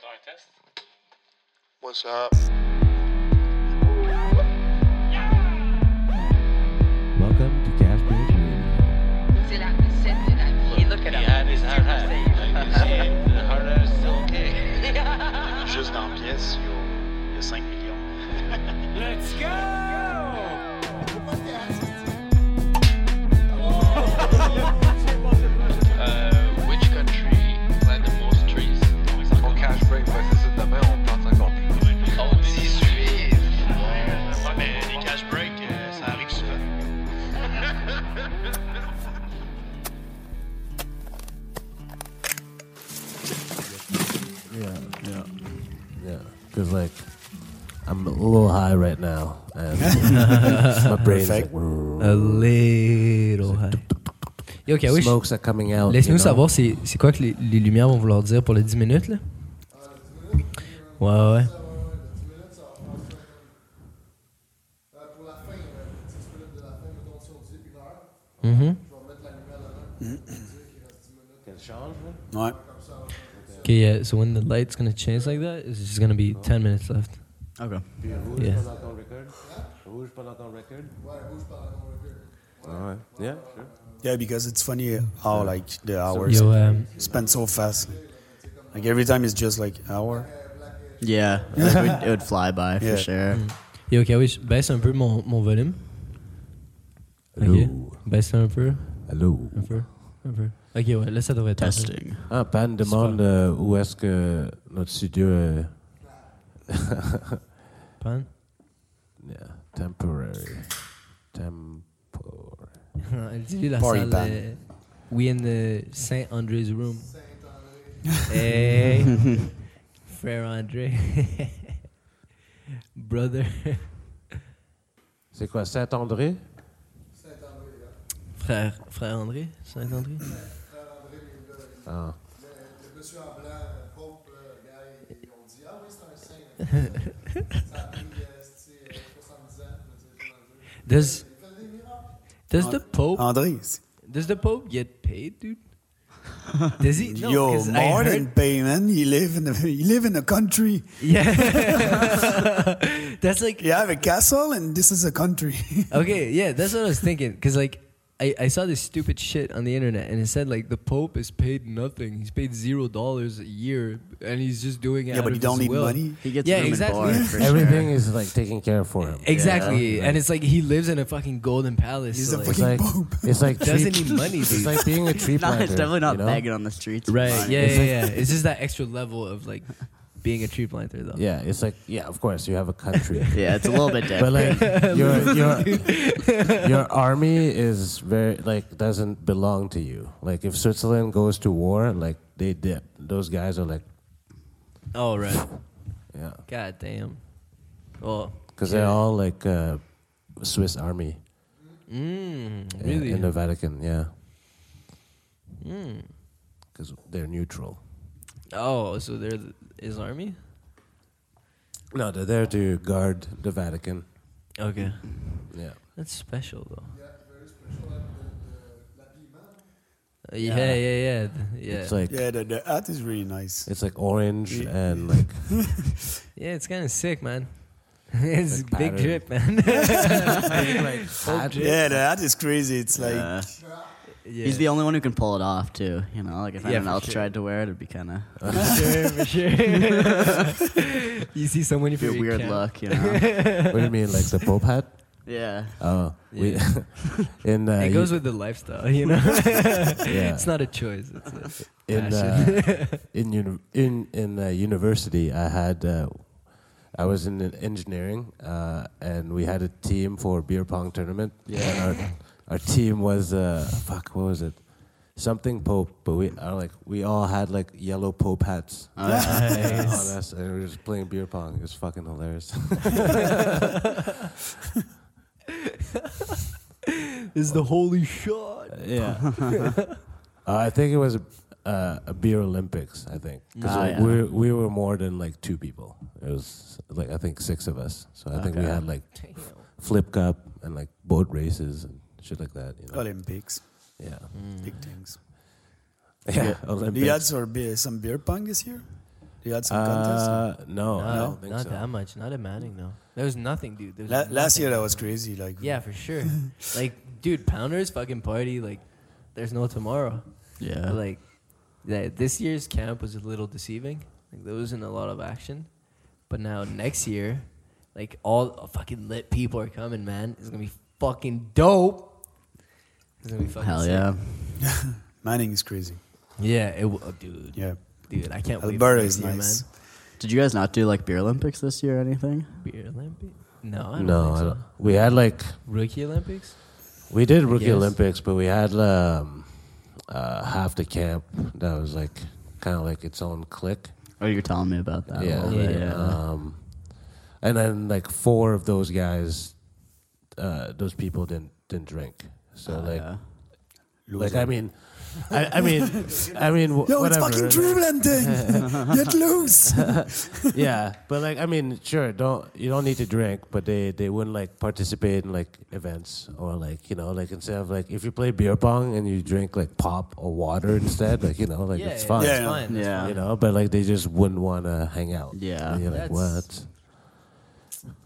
podcast. What's up? Welcome to Cash Bridge Radio. C'est la recette de la vie. look at him. his hard hat. Like, you see, the hard hat is still okay. Juste dans la pièce, il y a- il y, a 5 millions. which country plant the most trees? On cash break, ouais, c'est ça. Demain, on plante encore plus. Oh, 18! Ouais, mais les cash breaks, euh, ça arrive souvent. Yeah, yeah, yeah. Cause like I'm a little high right now, and my brain's like, A little high. Yo, ok, oui, je- smokes are coming out. Laisse-nous you know? savoir c'est c'est quoi que les, les lumières vont vouloir dire pour les 10 minutes, là. Ouais, ouais. Mhm. Ouais. Okay, yeah, so when the light's gonna change like that, it's just gonna be 10 minutes left. OK. Yeah. Alright. Yeah. Sure. Yeah, because it's funny how like the hours Yo, um, spend so fast. Like every time it's just like hour. Yeah, it would, it would fly by for Yeah. sure. yo, ok, oui, je baisse un peu mon, mon volume. Ok, Hello. baisse un peu, Hello. un peu, un peu. Ok, ouais, là, ça devrait être parfait. Testing. Ah, Pan demande euh, où est-ce que notre studio est. Pan? Yeah. Temporary. Temporary. Elle dit la Party salle. pan. euh, we in the Saint Andre's room. Hey, frère André, brother, C'est quoi, Saint-André? frère, frère André, Saint André. Ah. Does does the Pope André, does the Pope get paid, dude? Does he? No, yo, 'cause I more heard- than payment. You live in a, you live in a country. Yeah, that's like You have a castle, and this is a country. Okay, yeah, that's what I was thinking. Because, like, I, I saw this stupid shit on the internet and it said, like, the Pope is paid nothing. He's paid zero dollars a year and he's just doing it. yeah, out but of you don't his need will. money. He gets Yeah, room exactly. and board for Everything sure. is like taken care of for him. Exactly. Yeah. And it's like he lives in a fucking golden palace. He's so, a like- It's fucking like Pope. it's like Doesn't tree- need money, It's dude. like being a tree No, planter. it's definitely not you know? begging on the streets. right. Yeah, It's yeah, like- yeah. It's just that extra level of, like, being a tree planter, though. Yeah, it's like yeah, of course you have a country, Yeah, it's a little bit but different. like your your your army is very like doesn't belong to you. Like if Switzerland goes to war, like they dip. Those guys are like Oh, right. yeah, God damn. Well, because they're all like uh, Swiss army mm, in- really? in the Vatican. Yeah, Mm. because they're neutral. Oh, so there th- is army? No, they're there to guard the Vatican. Okay. Yeah. That's special, though. Uh, Yeah, yeah, yeah, th- yeah. It's like Yeah, the, the hat is really nice. it's like orange and like yeah, it's kind of sick, man. it's Like big pattern. drip, man. like hat- Yeah, the hat is crazy. It's like Uh, yeah. he's the only one who can pull it off too. You know, like if Yeah, anyone for else sure. tried to wear it, it'd be kind of sure, for sure. you see someone if be a you're weird look. You know? What do you mean, like the Pope hat? yeah. Oh, we in uh, It goes with the lifestyle, you know. yeah, it's not a choice. It's a in uh, in uni- in in uh, university. I had uh, I was in en- engineering, uh, and we had a team for beer pong tournament. Yeah, and our our team was uh, fuck, what was it? Something Pope, but we are like we all had like yellow Pope hats Oh, yeah. on us, and we were just playing beer pong. It was fucking hilarious. is the holy shot. Yeah. uh, I think it was uh, a beer Olympics. I think because Ah, like, yeah. we we were more than like two people. It was like I think six of us. So I think we Okay. had like flip cup and like boat races and shit like that. You know? Olympics, Mm. Yeah. big things. Yeah. Do you had Olympics. some beer, some beer pong this year? You had some contest? Uh, no, I No, don't think not so. that much. Not at Manning though. There was nothing, dude. There was La- nothing. last year that was crazy. Like Yeah, for sure. like, dude, Pounders fucking party. Like, there's no tomorrow. Yeah. Like, that this year's camp was a little deceiving. Like, there wasn't a lot of action. But now next year, like, all fucking lit people are coming, man. It's gonna be fucking dope. It's gonna be fucking Hell sick. yeah. Manning is crazy. Yeah, it w- oh, dude. Yeah, Dude, I can't wait. Alberta for is next year, nice. Did you guys not do like beer Olympics this year or anything? Man. Beer Olympics? No, I don't No, think I so. don't. we had like Rookie Olympics? we did rookie guess. Olympics, but we had um, uh, half the camp that was like kind of like its own clique. Oh, you were telling me about that. a yeah, little bit, yeah. Um, and then like four of those guys, uh, those people didn't didn't drink. So Ah, Uh, like yeah. like I mean, I, I mean, I mean wh- Yo, whatever. it's fucking dreamland thing. Get loose. yeah, but like I mean, sure, don't you don't need to drink, but they they wouldn't like participate in like events or like you know like instead of like if you play beer pong and you drink like pop or water instead, like you know like yeah, it's fun. Yeah, it's Yeah. fun. It's Yeah. You know, but like they just wouldn't want to hang out. Yeah. And you're like, That's- what?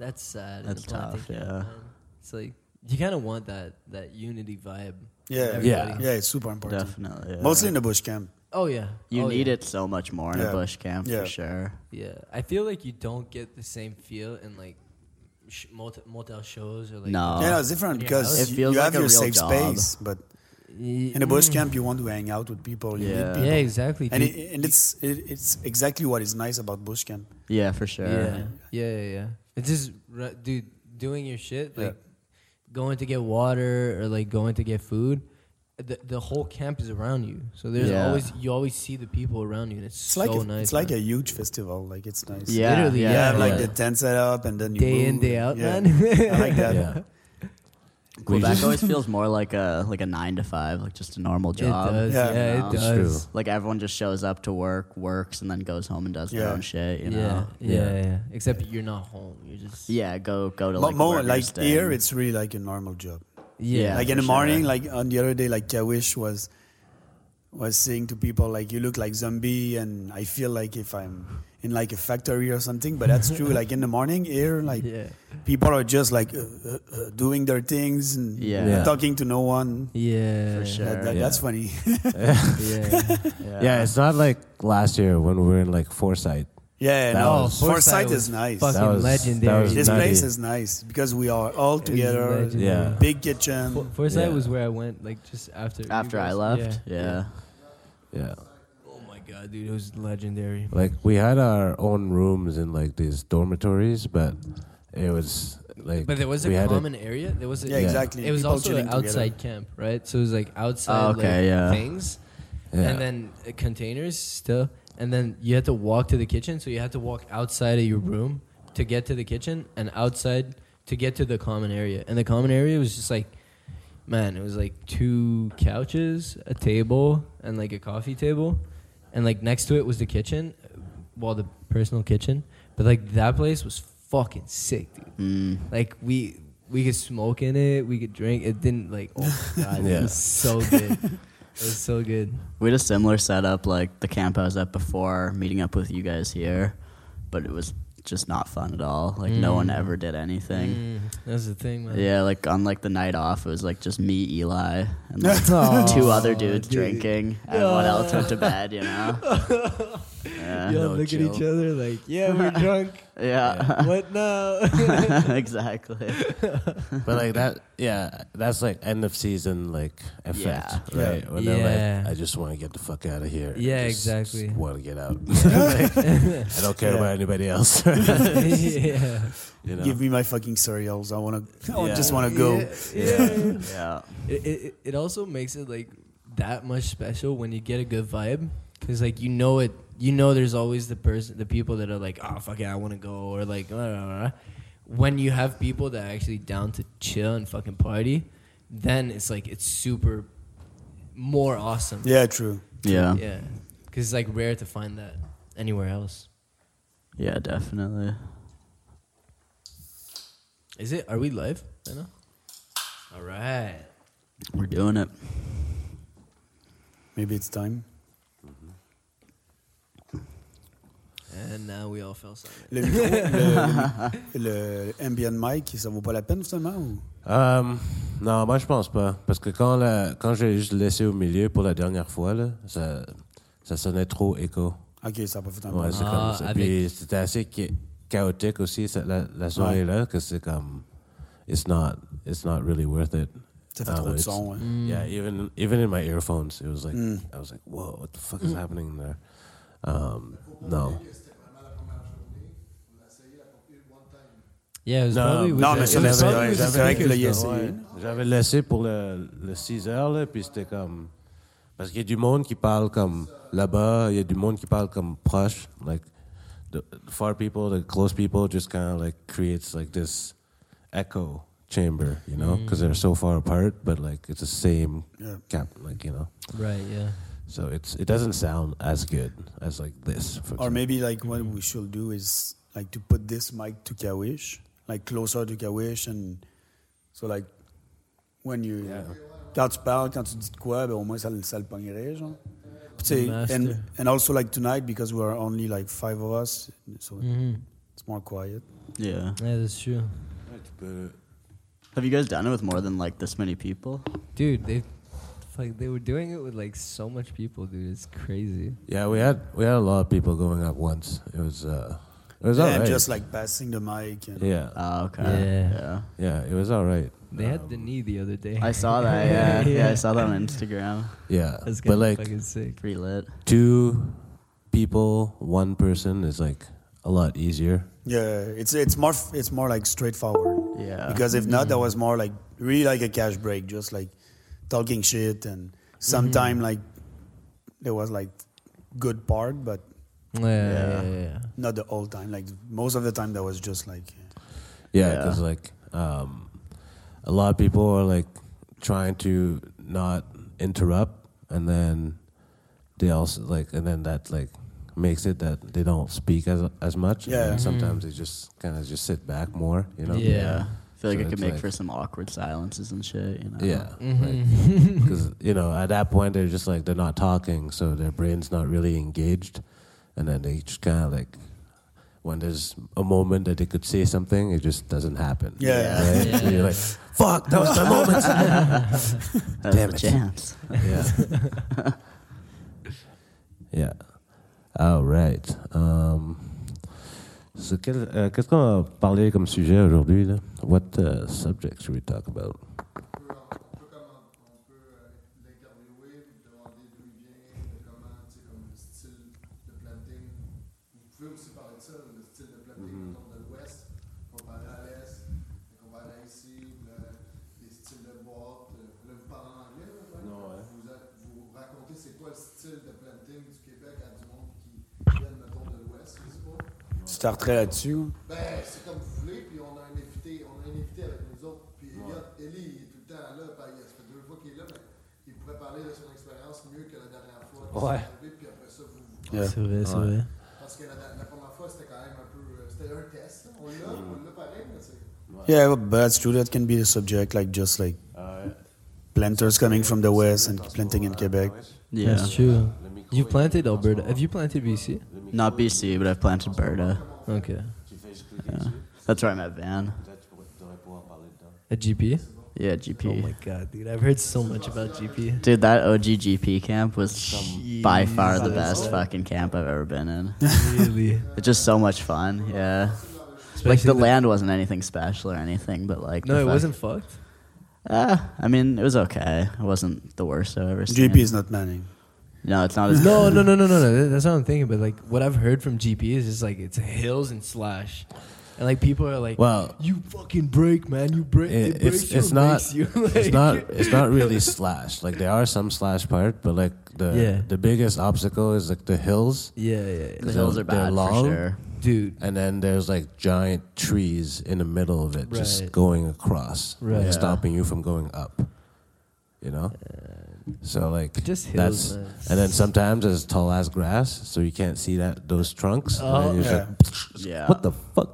That's sad. That's and applauding tough, it, yeah. man. It's like you kind of want that that unity vibe. Yeah, Yeah. yeah. It's super important. Definitely. yeah. Mostly in the bush camp. Oh yeah, You Oh, need yeah. it so much more in Yeah. a bush camp Yeah. for sure. Yeah, I feel like you don't get the same feel in like sh- mot- motel shows or like. No. yeah, no, it's different Yeah. because It you- feels you like have a your real safe job. space, but in a bush camp you want to hang out with people. You Yeah. meet people. Mm. Yeah, exactly. And, dude. it, and it's it, it's exactly what is nice about bush camp. Yeah, for sure. yeah, yeah, yeah, yeah. It's just ru- dude doing your shit Yeah. like going to get water or like going to get food. The, the whole camp is around you, so there's Yeah. always you always see the people around you, and it's, It's so like a, nice. it's like man. a huge festival. Like it's nice. Yeah. Literally, yeah, You have yeah. like the tent set up and then you day in move. day out, Yeah. man. I like that. Yeah. Quebec always feels more like a like a nine to five, like just a normal job. It does. Yeah, Yeah. No, it it's does. Like everyone just shows up to work, works, and then goes home and does their Yeah. own shit. You Yeah, know. yeah, yeah, Except you're not home. You're just Yeah, go go to But like more workers' like day. here, it's really like a normal job. Yeah. like in for the morning, sure. like on the other day, like Kawish was was saying to people like you look like zombie, and I feel like if I'm in like a factory or something. But that's true. like in the morning here, like yeah, people are just like uh, uh, uh, doing their things and Yeah. Yeah. talking to no one. yeah, For sure. That- that- Yeah. That's funny. yeah. yeah. Yeah, it's not like last year when we were in like Foresight. yeah, That no, was- Foresight foresight is nice. Fucking That was- that legendary. was This nutty. place is nice because we are all It's together. legendary. Yeah. Big kitchen. For- Foresight Yeah. was where I went, like just after you After I guys- left, yeah. Yeah. Oh my god, dude, it was legendary. Like we had our own rooms in like these dormitories, but it was like But there was we a had common area. There was a, yeah, exactly. It was People also chilling an together. outside camp, right? So it was like outside Oh, okay, like, yeah. things, Ah, Yeah. and then uh, containers still, and then you had to walk to the kitchen. So you had to walk outside of your room to get to the kitchen, and outside to get to the common area. And the common area was just like, man, it was like two couches, a table, and like a coffee table, and like next to it was the kitchen, uh, well the personal kitchen, but like that place was fucking sick, dude. Mm. Like we we could smoke in it, we could drink. It didn't like oh my god, Yeah. it was so good. It was so good. We had a similar setup, like the camp I was at before meeting up with you guys here, but it was just not fun at all. Like no one Mm. ever did anything. Mm, that's the thing, man. Yeah, like on like the night off, it was like just me, Eli, and like two other dudes dude. drinking, and one else went to bed. You know. Yeah. Y'all No look chill. at each other like, yeah, we're drunk. Yeah. what now? exactly. But like that, yeah, that's like end of season like effect, Yeah. right? Yeah. When they're Yeah. like, I just want to get the fuck out of here. Yeah, Just- exactly. Just want to get out. Like, I don't care Yeah. about anybody else. yeah. you know? Give me my fucking cereals. I wanna. I Yeah. just wanna go. yeah. Yeah. it, it, it also makes it like that much special when you get a good vibe because like you know it you know there's always the person the people that are like oh fuck it i want to go or like "Ah, ah, ah." when you have people that are actually down to chill and fucking party then it's like it's super more awesome Yeah, true. Yeah. Yeah. yeah because it's like rare to find that anywhere else Definitely. is it are we live i know all right We're doing it. Maybe it's time. And now we all fell silent. Le micro, le, le- le ambient mic, ça vaut pas la peine finalement ou? Euh, non, moi, je pense pas. Parce que quand, la, quand je l'ai juste laissé au milieu pour la dernière fois, là, ça, ça sonnait trop écho. Ok, ça a pas fait un Ouais, bon. c'est Ah, comme ça. avec- Puis c'était assez cha- chaotique aussi, ça- la, la soirée-là, que c'est comme. It's not, it's not really worth it. Ça fait Ah, trop de ouais, son. hein. Mm. Yeah, even even in my earphones, it was like I was like, "Whoa, what the fuck is happening there?" Um, no, Yeah, it was probably with Non, the- mais ça, it was c'est probably vrai, with c'est the vrai qu'il l'a speakers, essayé. though. Ouais. j'avais laissé pour le, le 6 heures là, puis c'était comme parce qu'il y a du monde qui parle comme là-bas, il y a du monde qui parle comme proche, like the, the far people, the close people, just kind of like creates like this echo chamber, you know, because they're so far apart, but like it's the same Mm. Yeah. cap, like you know, Right, yeah. so it's it doesn't sound as good as like this. For Or example. maybe like what we should do is like to put this mic to Kawish, like closer to Kawish, and so like when you quand tu parles, quand tu dis de quoi, ben au moins ça, le- ça le pognerait, genre. Puis tu sais, master. and and also like tonight because we are only like five of us, so Mm-hmm. Mhm. it's more quiet. Yeah. Yeah, that's true. Have you guys done it with more than like this many people? Dude, they like they were doing it with like so much people, dude. It's crazy. Yeah, we had we had a lot of people going up once. It was uh, it was Yeah, all and right. just like passing the mic. And yeah, Oh, okay. Yeah. yeah. yeah, it was all right. They had the knee the other day. I saw that. Yeah. yeah. Yeah. I saw that on Instagram. Yeah, That's kinda but like fucking sick. Pretty lit. two people, one person is like a lot easier. Yeah, it's it's more f- it's more like straightforward. Yeah. Because if not, that was more like really like a cash break, just like talking shit and sometime like there was like good part, but Yeah, yeah, Yeah. yeah. yeah. not the whole time. Like most of the time, that was just like Yeah, Yeah. because like um, a lot of people are like trying to not interrupt, and then they also like, and then that like makes it that they don't speak as as much. Yeah. Mm-hmm. and sometimes they just kind of just sit back more. You know. Yeah. I feel like So it could it's make like- for some awkward silences and shit. You know. Yeah. Mm-hmm. Because, you know, at that point, they're just like, they're not talking, so their brain's not really engaged. And then they just kind of like, when there's a moment that they could say something, it just doesn't happen. Yeah. Right? Yeah. So you're like, fuck, that was the moment. That was Damn the it. chance. yeah. yeah. All right. Um, so, quel- euh, qu'est-ce qu'on a parlé comme sujet aujourd'hui? là? What uh, subject should we talk about? tu t'arrêterais là-dessus. Ben, c'est comme vous voulez, puis on a un invité, on a un invité avec nous autres, puis Elliot, Ellie, il est tout le temps là, ben, il- ça fait deux fois qu'il est là, mais il pourrait parler de son expérience mieux que la dernière fois qu'il Ouais. est arrivé, puis après ça, vous, vous- Yeah. C'est vrai, c'est vrai. Parce que la, la première fois, c'était quand même un peu... euh, C'était un test, on l'a, on l'a pareil, mais c'est... Yeah, but that's true. That can be a subject, like just like planters coming from the west and planting in Quebec. Yeah. That's true. You've planted Alberta. Have you planted BC? Not BC, but I've planted Berta. Okay. That's where I met Van. A GP? Yeah, Oh GP. Oh god, dude. I've heard so much about GP. Dude, that OGGP camp was by far the Oh. best fucking camp I've ever been in. Really? It's just so much fun. Yeah. Like the land wasn't anything special or anything, but like No, the it fuck- wasn't fucked. Uh, I mean, it was okay. It wasn't the worst I've ever seen. GP is not Manning. No, it's not as No, good. no, no, no, no, no. That's what I'm thinking. But like, what I've heard from GP is just like it's hills and slash, and like people are like, Well, "You fucking break, man! You break. It- it breaks it's you, it's it not makes You. it's Like- not it's not really slash. Like there are some slash part, but like the Yeah. the biggest obstacle is like the hills, Yeah, yeah, yeah. The hills They're- are bad they're long. for sure. dude. and then there's like giant trees in the middle of it, just Right. going across, like, Right. stopping you from going up. You know, so like Uh, just that's hills, man. and then sometimes it's tall as grass, so you can't see that those trunks. and then Oh. you're just like, Yeah. Yeah. what the fuck?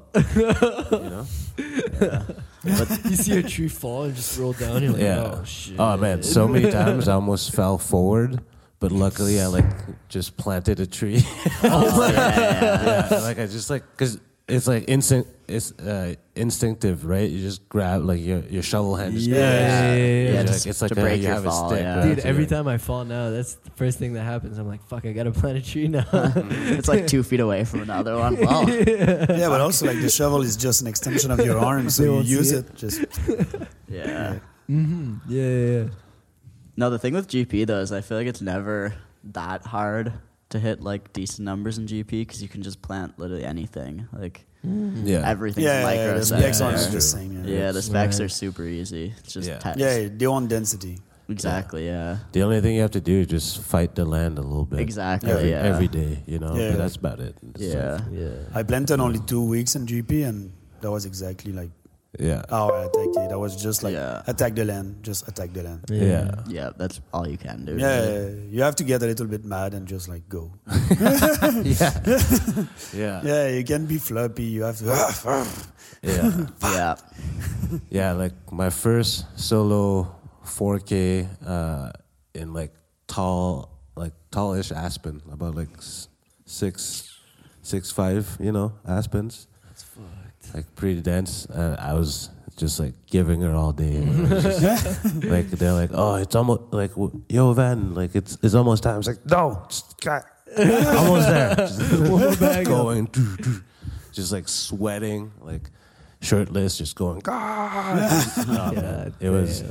you know. you see a tree fall and just roll down. You're like, Yeah. oh shit. Oh man, so many times I almost fell forward, But luckily, I like just planted a tree. Yeah, like I just like because it's like instinct. It's uh, instinctive, right? You just grab like your, your shovel hand. Just grabs. Yeah, yeah, yeah, yeah. You're just it's like to a- break you your have a fall, stick, yeah. right? Dude, So every you're- time I fall now, that's the first thing that happens. I'm like, fuck, I gotta plant a tree now. it's like two feet away from another one. Well, Mm. Yeah, but also like the shovel is just an extension of your arm, so They you won't see use it. it. Just yeah. mm-hmm. Yeah, yeah, yeah. No, the thing with GP though is I feel like it's never that hard to hit like decent numbers in GP because you can just plant literally anything. Like Yeah. everything's yeah, yeah, yeah, micro. the set specs there. are the same. Yeah, Yeah, the specs Right. are super easy. It's just Yeah. text. yeah, they want density. Exactly. Yeah. the only thing you have to do is just fight the land a little bit. Exactly. Every, yeah. every day, you know. Yeah. But that's about it. It's like- Yeah. I planted only two weeks in GP, and that was exactly like yeah. how I attacked it. I was just like Yeah. attack the land, just attack the land. Yeah. Yeah. That's all you can do. Yeah, really. you have to get a little bit mad and just like go. Yeah. yeah. Yeah, you can be floppy. You have to. Yeah. Yeah. Yeah, like my first solo 4K uh, in like tall, like tallish aspen, about like s- six, six five, you know, aspens. That's fucked. Like pretty dense. Uh, I was just like giving her all day. and I was just, like they're like, oh, it's almost like w- yo Van, like it's it's almost time. It's like no, just, ca- almost there. Just going, doo, doo. just like sweating, like shirtless, just going. Oh, man. It was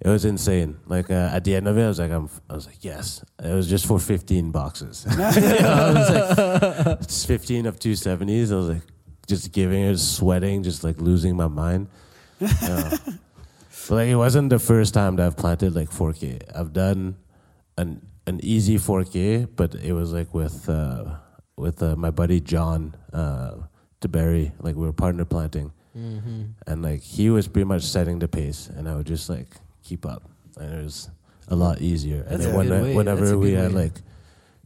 it was insane. Like uh, at the end of it, I was like, I'm, I was like, yes. It was just for 15 boxes. I was like, it's 15 of 270s. I was like, just giving it, sweating, just like losing my mind. Yeah. but like, it wasn't the first time that I've planted like 4K. I've done an an easy 4K, but it was like with uh, with uh, my buddy John uh, Berry. Like we were partner planting Mm-hmm. and like he was pretty much setting the pace, and I would just like keep up, and it was a lot easier. and That's a good then when- way. That's a whenever good we had way. like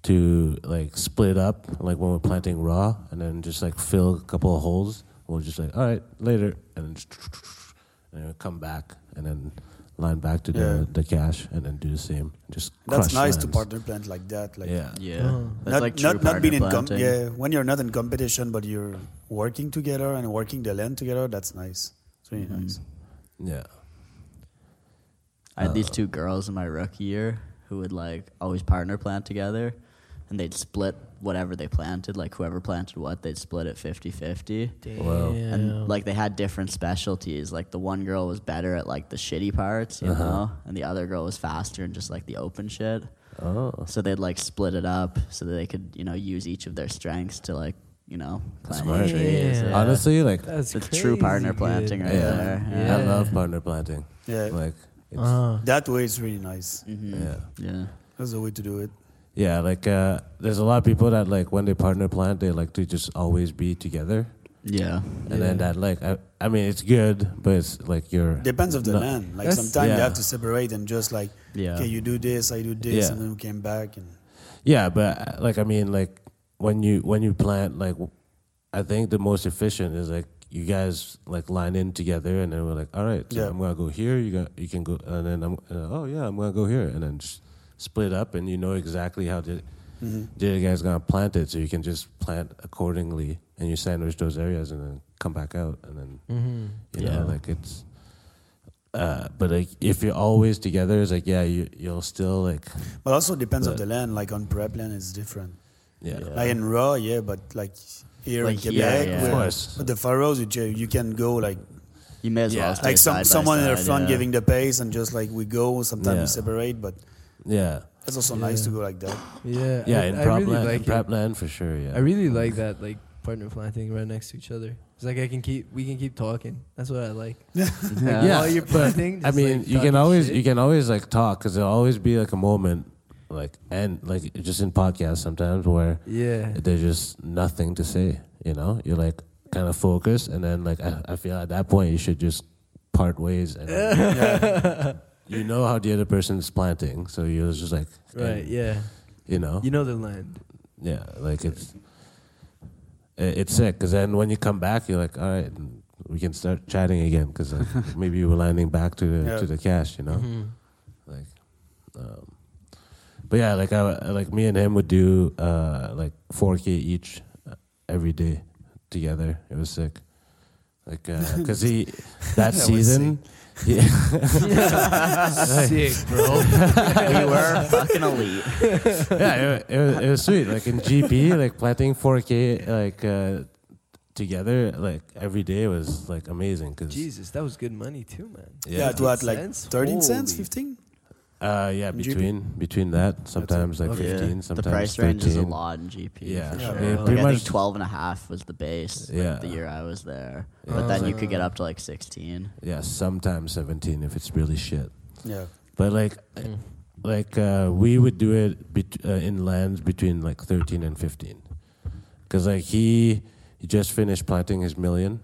to like split up, like when we're planting raw, and then just like fill a couple of holes, we'll just like all right later, and then just, and then come back, and then line back to Yeah. the the cache, and then do the same. Just That's crush nice lands. to partner plant like that. Like Yeah, Yeah. Oh. not, That's like true not, not being in com- planting. yeah when you're not in competition but you're working together and working the land together that's nice it's really Mm-hmm. nice yeah, I had these two girls in my rookie year who would like always partner plant together and they'd split whatever they planted, like whoever planted what, they'd split it 50 50. Wow. And like they had different specialties. Like the one girl was better at like the shitty parts, Uh-huh. you know, and the other girl was faster and just like the open shit. oh, So they'd like split it up so that they could, you know, use each of their strengths to like, you know, plant more Smart. trees. Yeah. honestly, like That's It's true partner crazy, planting dude. right Yeah. there. I Yeah. love partner planting. yeah Like, it's, Uh, that way it's really nice Mhm. yeah. yeah. that's the way to do it Yeah, like uh, there's a lot of people that like when they partner plant, they like to just always be together, Yeah. and then that like I, I mean it's good, but it's like you're depends of the No. land like That's- sometimes you yeah. have to separate and just like Yeah. okay you do this i do this Yeah. and then we came back and yeah, but uh, like I mean like when you when you plant like w- I think the most efficient is like you guys like line in together, and then we're like all right, so Yeah. I'm gonna go here, you got you can go, and then I'm uh, oh yeah, I'm gonna go here, and then just split up, and you know exactly how the the other guy's gonna plant it, so you can just plant accordingly, and you sandwich those areas, and then come back out, and then. mhm. You Yeah. know, like it's. Uh, but like if you're always together, it's like yeah, you you'll still like but also depends of But- the land like on prep land it's different yeah, like in raw yeah but like here Like in here, Quebec, yeah. of Well, where- course. but the furrows, you, you can go like You may as Yeah. well stay like some side by someone in their side, front yeah. giving the pace and just like we go. Sometimes we Yeah. separate, but Yeah, It's also nice to Yeah. go like that. Yeah, yeah, I, in I prep really land, in like it. prep land for sure. Yeah, I really like that, like partner planting right next to each other. It's like I can keep, we can keep talking. That's what I like. Yeah. Yeah. While you're but, planting, I just, mean, like, you can talking always shit. you can always like talk because there'll always be like a moment like and like just in podcasts sometimes where yeah, there's just nothing to say. You know, you're like kind of focused, and then like I, I feel at that point you should just part ways. And you know how the other person is planting, so you're just like right, and, yeah. You know, You know the land. yeah, like it's it- it's sick because then when you come back, you're like, all right, we can start chatting again because like maybe we're landing back to the Mm-hmm. Yeah. to the cash, you know, like. Um, But yeah, like I like me and him would do uh, like 4K each uh, every day together. It was sick. Like because he that, was season, he- Sick, bro. we were fucking elite. yeah, it, it, was, it was sweet. Like in GP, like planting 4K like uh, together like every day was like amazing. Cause Jesus, that was good money too, man. Yeah, it was like 15 cents? 13 cents, Holy. 15? Uh, yeah, In GP? between between that sometimes like Okay. Yeah. 15, sometimes the price 13. range is a lot in GP. Yeah, for Yeah, sure. they Like, pretty I much- think 12 and a half was the base like, Yeah. the year I was there. Yeah. But then you could Uh, get up to like 16. Yeah, sometimes seventeen if it's really shit. Yeah. But like, Mm. like uh, we would do it bet- uh, in lands between like thirteen and fifteen, because like he, he just finished planting his million,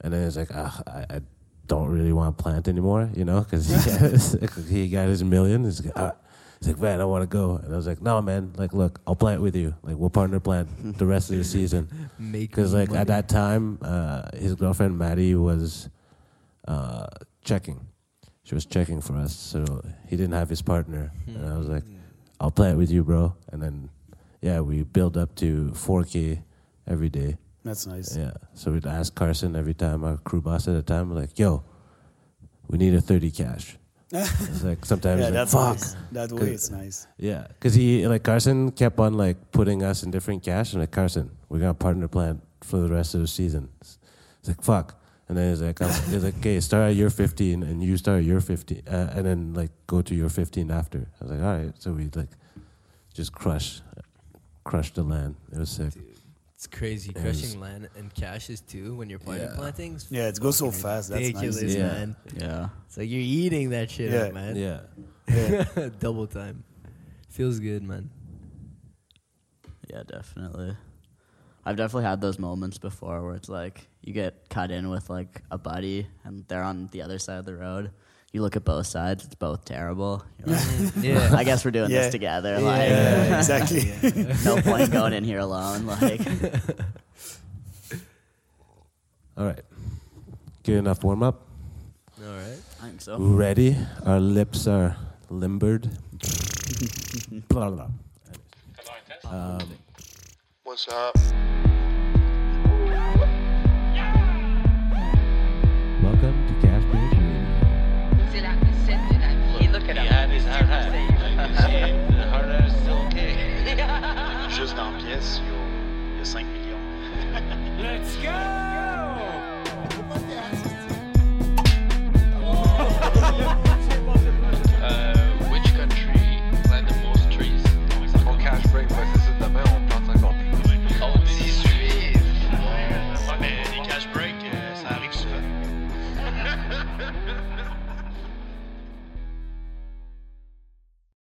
and then he's like, ah, I, I don't really want to plant anymore, you know, because he, got his- he got his million. He's like, ah. He's like, man, I want to go. And I was like, no, man. Like, look, I'll plant with you. Like, we'll partner plant the rest of the season. Make Because me like money. at that time, uh, his girlfriend Maddie was uh, checking. She was checking for us, so he didn't have his partner, and I was like, Hmm. "I'll play it with you, bro." And then, yeah, we build up to 4K every day. That's nice. Yeah, so we'd ask Carson every time our crew boss at the time, like, "Yo, we need a 30 cash." it's like sometimes Yeah, like, that's fuck. nice. That Cause- way it's nice. Yeah, because he like Carson kept on like putting us in different cash, and like Carson, we're gonna partner plan for the rest of the season. It's, it's like fuck, and then he's like, I'm, he's like, okay, start at your fifteen, and you start at your fifteen, uh, and then like go to your fifteen after. I was like, all right, so we like just crush, crush the land. It was sick. It's crazy. was- Crushing land and cashes too when you're planting Yeah. plantings. Yeah, it goes so Fucking fast. That's nice. ridiculous, Yeah. man. Yeah. It's like you're eating that shit Yeah. up, man. Yeah, Double time. Feels good, man. Yeah, definitely. I've definitely had those moments before where it's like you get cut in with like a buddy and they're on the other side of the road. You look at both sides, it's both terrible. You're like, Yeah. I guess we're doing Yeah. this together. Yeah, Like, exactly. no point going in here alone. Like, all right, good enough warm up. All right. I think so. Ready? Our lips are limbered. blah blah. blah. Um, What's up? Welcome to Cash Bridge Radio. C'est la recette de la vie. He look at him. He had his hard hat. Like, you see it, the hard hat is still okay. Juste dans la pièce, il y a- il y a 5 millions. Uh, which country plant the most trees? On cash break, ouais, c'est ça. Demain, on plante encore plus. Oh, it's Suisse. euh, Ouais, mais les cash breaks, ça arrive souvent.